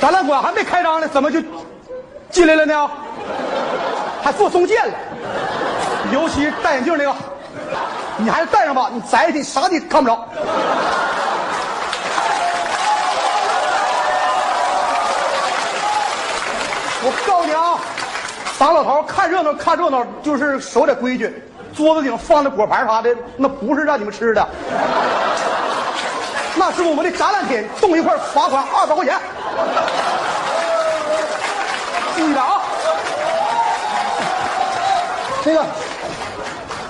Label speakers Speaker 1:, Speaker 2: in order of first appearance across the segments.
Speaker 1: 展览馆还没开张呢，怎么就进来了呢？还做中介了，尤其戴眼镜那个，你还是戴上吧，你摘的啥你看不着。我告诉你啊，咱老头儿看热闹看热闹，就是守点规矩。桌子顶放的果盘啥的，那不是让你们吃的，那是我们的展览品，动一块罚款二百块钱。记着啊，那个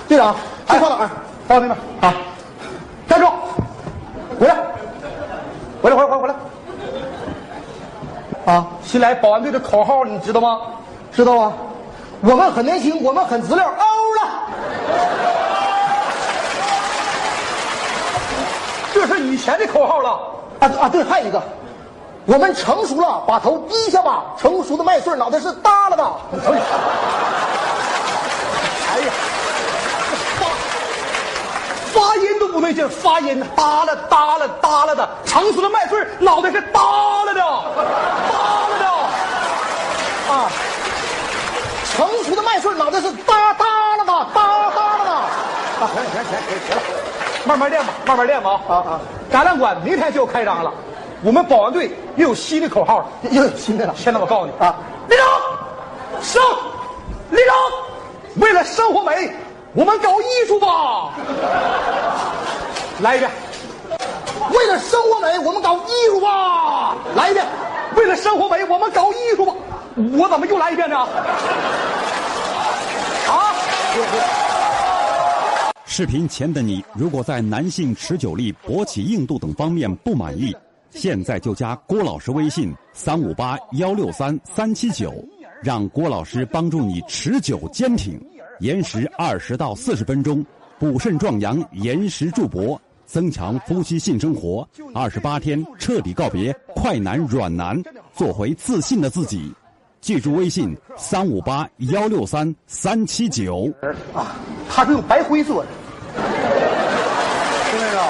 Speaker 1: 队长，去放哪儿？放那边啊！站住！回来！回来！回来！回来！回来！啊！新来保安队的口号你知道吗？知道啊！我们很年轻，我们很资料。欧了，这是以前的口号了。啊啊，对，还有一个，我们成熟了，把头低下吧。成熟的麦穗儿，脑袋是耷拉的。哎呀，发发音都不对劲儿，发音耷拉耷拉耷拉的，成熟的麦穗儿，脑袋是耷拉的，耷拉的，啊。成熟的麦穗脑袋是耷耷拉的，耷耷拉的。啊，行了行了行了行了，慢慢练吧，慢慢练吧啊啊！展览馆明天就开张了，我们保安队又有新的口号了，又有新的了。现在我告诉你啊，立正，生，立正，为了生活美，我们搞艺术吧。来一遍，为了生活美，我们搞艺术吧。来一遍，为了生活美，我们搞艺术吧。我怎么又来一遍呢？啊！
Speaker 2: 视频前的你，如果在男性持久力、勃起硬度等方面不满意，现在就加郭老师微信三五八幺六三三七九，让郭老师帮助你持久坚挺。延时二十到四十分钟，补肾壮阳，延时助勃，增强夫妻性生活。二十八天彻底告别快男软男，做回自信的自己。记住微信三五八幺六三三七九。
Speaker 1: 啊，它是用白灰做的，听没有？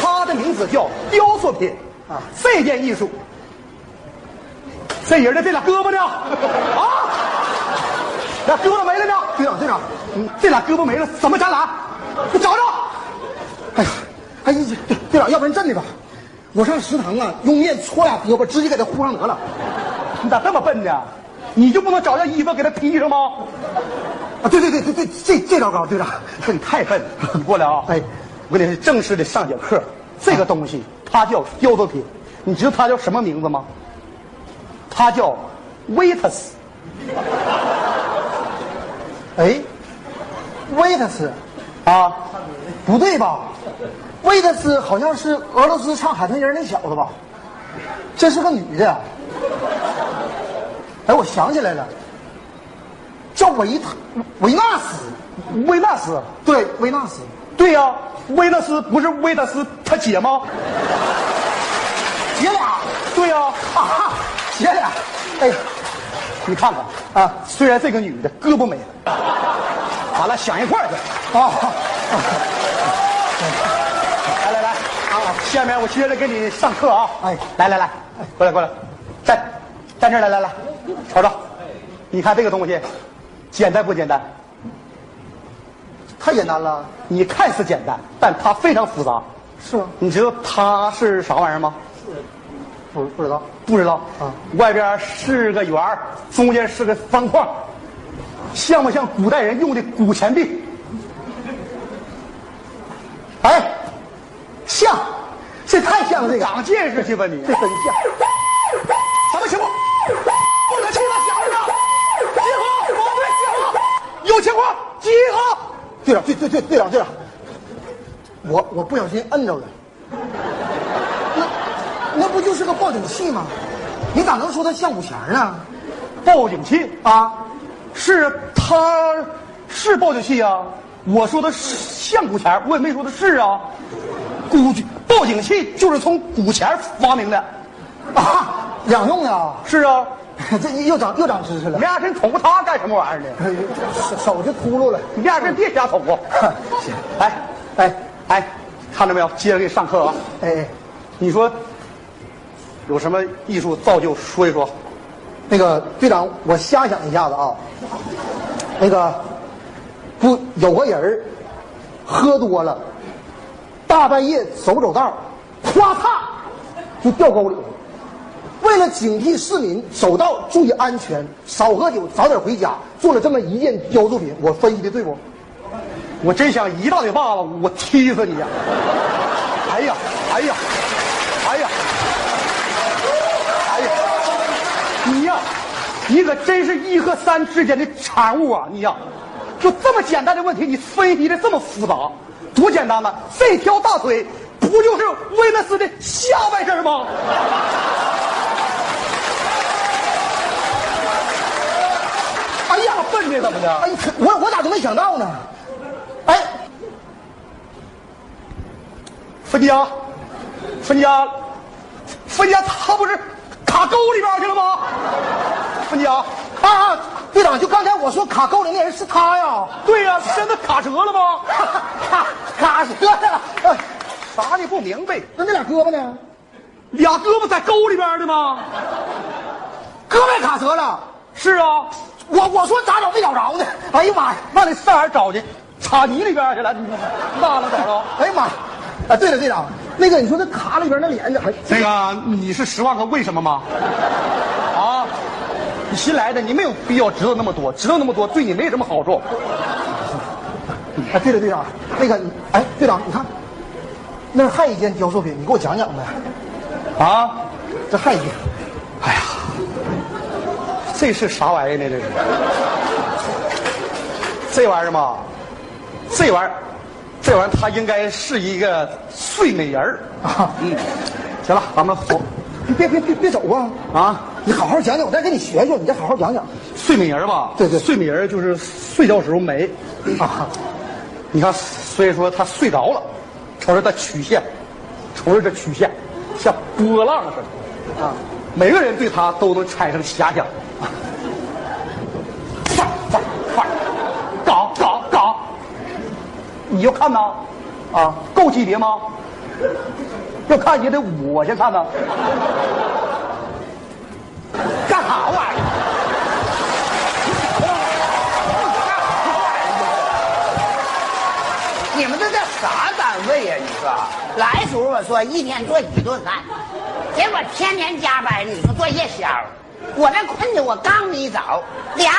Speaker 1: 它的名字叫雕塑品啊，这件艺术。这人的这俩胳膊呢？啊，俩胳膊没了呢？队长，队长，嗯，这俩胳膊没了，怎么展览？你找找。哎呀，哎，队队长，要不然这里吧，我上食堂啊，用面搓俩胳膊，直接给他糊上得了。你咋这么笨呢？你就不能找件衣服给他披上吗？啊，对对对对对，这这糟糕，队长，你太笨了，你过来啊！哎，我给你正式的上节课，这个东西它叫雕塑品，你知道它叫什么名字吗？它叫 Vitus。哎，Vitus，啊，不对吧？Vitus 好像是俄罗斯唱《海豚音》那小子吧？这是个女的。哎，我想起来了，叫维特维纳斯，维纳斯，对，维纳斯，对呀、维纳斯不是维纳斯他姐吗？姐俩，对呀、啊，姐俩，哎呀，你看看啊，虽然这个女的胳膊没了，完了想一块儿去啊。 来来来啊，下面我接着给你上课啊。哎，来来来，过来过来，站站这儿来来来，瞅瞅，你看这个东西，简单不简单？太简单了。你看似简单，但它非常复杂。是吗？你知道它是啥玩意儿吗？不不知道，不知道啊。外边是个圆儿，中间是个方框，像不像古代人用的古钱币？哎，像，这太像了，这个长见识去吧你，这真像。什么情况？不能欺负小子！集合，保卫集合，有情况集合。队长，队队队队长，队长，我我不小心摁着了，那那不就是个报警器吗？你咋能说它像五弦呢？报警器啊，是它是报警器啊。我说的是像古钱儿，我也没说的是啊。古报警器就是从古钱儿发明的。
Speaker 3: 啊，两用的啊，
Speaker 1: 是啊，
Speaker 3: 这又长又长知识了哎
Speaker 1: 你，压根捅它干什么玩意儿呢？
Speaker 3: 手手就秃噜了。
Speaker 1: 你压根别瞎捅 咕。行，哎哎哎，看着没有？接着给你上课啊！
Speaker 3: 哎，
Speaker 1: 你说有什么艺术造就说一说。
Speaker 3: 那个队长，我瞎想一下子啊，那个不有个人儿喝多了，大半夜走不走道儿，咵嚓就掉沟里了。为了警惕市民走道注意安全，少喝酒，早点回家，做了这么一件雕塑品，我分析的对不？
Speaker 1: 我真想一大嘴巴子，我踢死你呀！哎呀，哎呀，哎呀，哎呀，你呀，你可真是一和三之间的产物啊！你呀，就这么简单的问题，你分析的这么复杂，多简单呢！这条大腿不就是维纳斯的下半身吗？哎呀，笨的怎么的？
Speaker 3: 哎，我我咋就没想到呢？哎，
Speaker 1: 分家，分家，分家，他不是卡沟里边去了吗？分家，
Speaker 3: 啊啊，队长，就刚才我说卡沟里那人是他呀，
Speaker 1: 对呀、身子卡折了吗？
Speaker 3: 卡卡折了。哎
Speaker 1: 啥你不明白？
Speaker 3: 那那俩胳膊呢？
Speaker 1: 俩胳膊在沟里边的吗？
Speaker 3: 胳膊也卡折了。
Speaker 1: 是啊，
Speaker 3: 我我说咋找没找着呢？哎呀妈呀！
Speaker 1: 那得上哪儿找去？插泥里边去了，你那能找着？
Speaker 3: 哎呀妈呀！啊，对了，队长，那个你说那卡里边那脸咋还？
Speaker 1: 这个你是十万个为什么吗？啊，你新来的，你没有必要知道那么多，知道那么多对你没什么好处。
Speaker 3: 哎，对了，队长，那个你哎，队长，你看，那儿还一件雕塑品，你给我讲讲呗。
Speaker 1: 啊，
Speaker 3: 这还一件，
Speaker 1: 哎呀，这是啥玩意儿呢？这是这玩意儿嘛，这玩意儿，这玩意儿它应该是一个睡美人儿
Speaker 3: 啊
Speaker 1: 嗯，行了，咱们走
Speaker 3: 你别别别别走啊！
Speaker 1: 啊。
Speaker 3: 你好好讲讲，我再跟你学学，你再好好讲讲。
Speaker 1: 睡美人儿吧？
Speaker 3: 对对
Speaker 1: 睡美人儿就是睡觉时候美啊。你看，所以说他睡着了，瞅着他曲线，瞅着这曲线，像波浪似的啊。每个人对他都能产生遐想。快快快，搞搞搞！你要看呐，啊，够级别吗？要看也得我先看呐。干啥玩意儿？
Speaker 4: 你们这叫啥单位呀、你说来时候我说一天做几顿饭，结果天天加班，你说做夜宵，我这困的我刚一早俩。